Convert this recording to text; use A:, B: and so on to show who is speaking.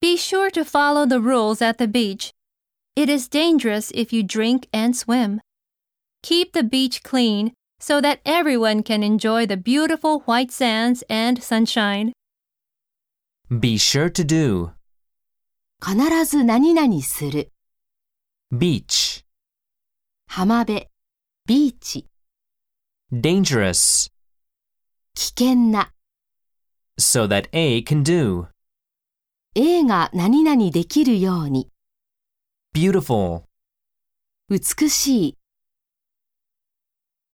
A: Be sure to follow the rules at the beach. It is dangerous if you drink and swim. Keep the beach clean so that everyone can enjoy the beautiful white sands and sunshine.
B: Be sure to do.
C: 必ず何々する、
B: Beach.
C: 浜辺、ビーチ、
B: Dangerous.
C: 危険な、
B: So that A can do.
C: A が何々できるように、
B: Beautiful.
C: 美しい。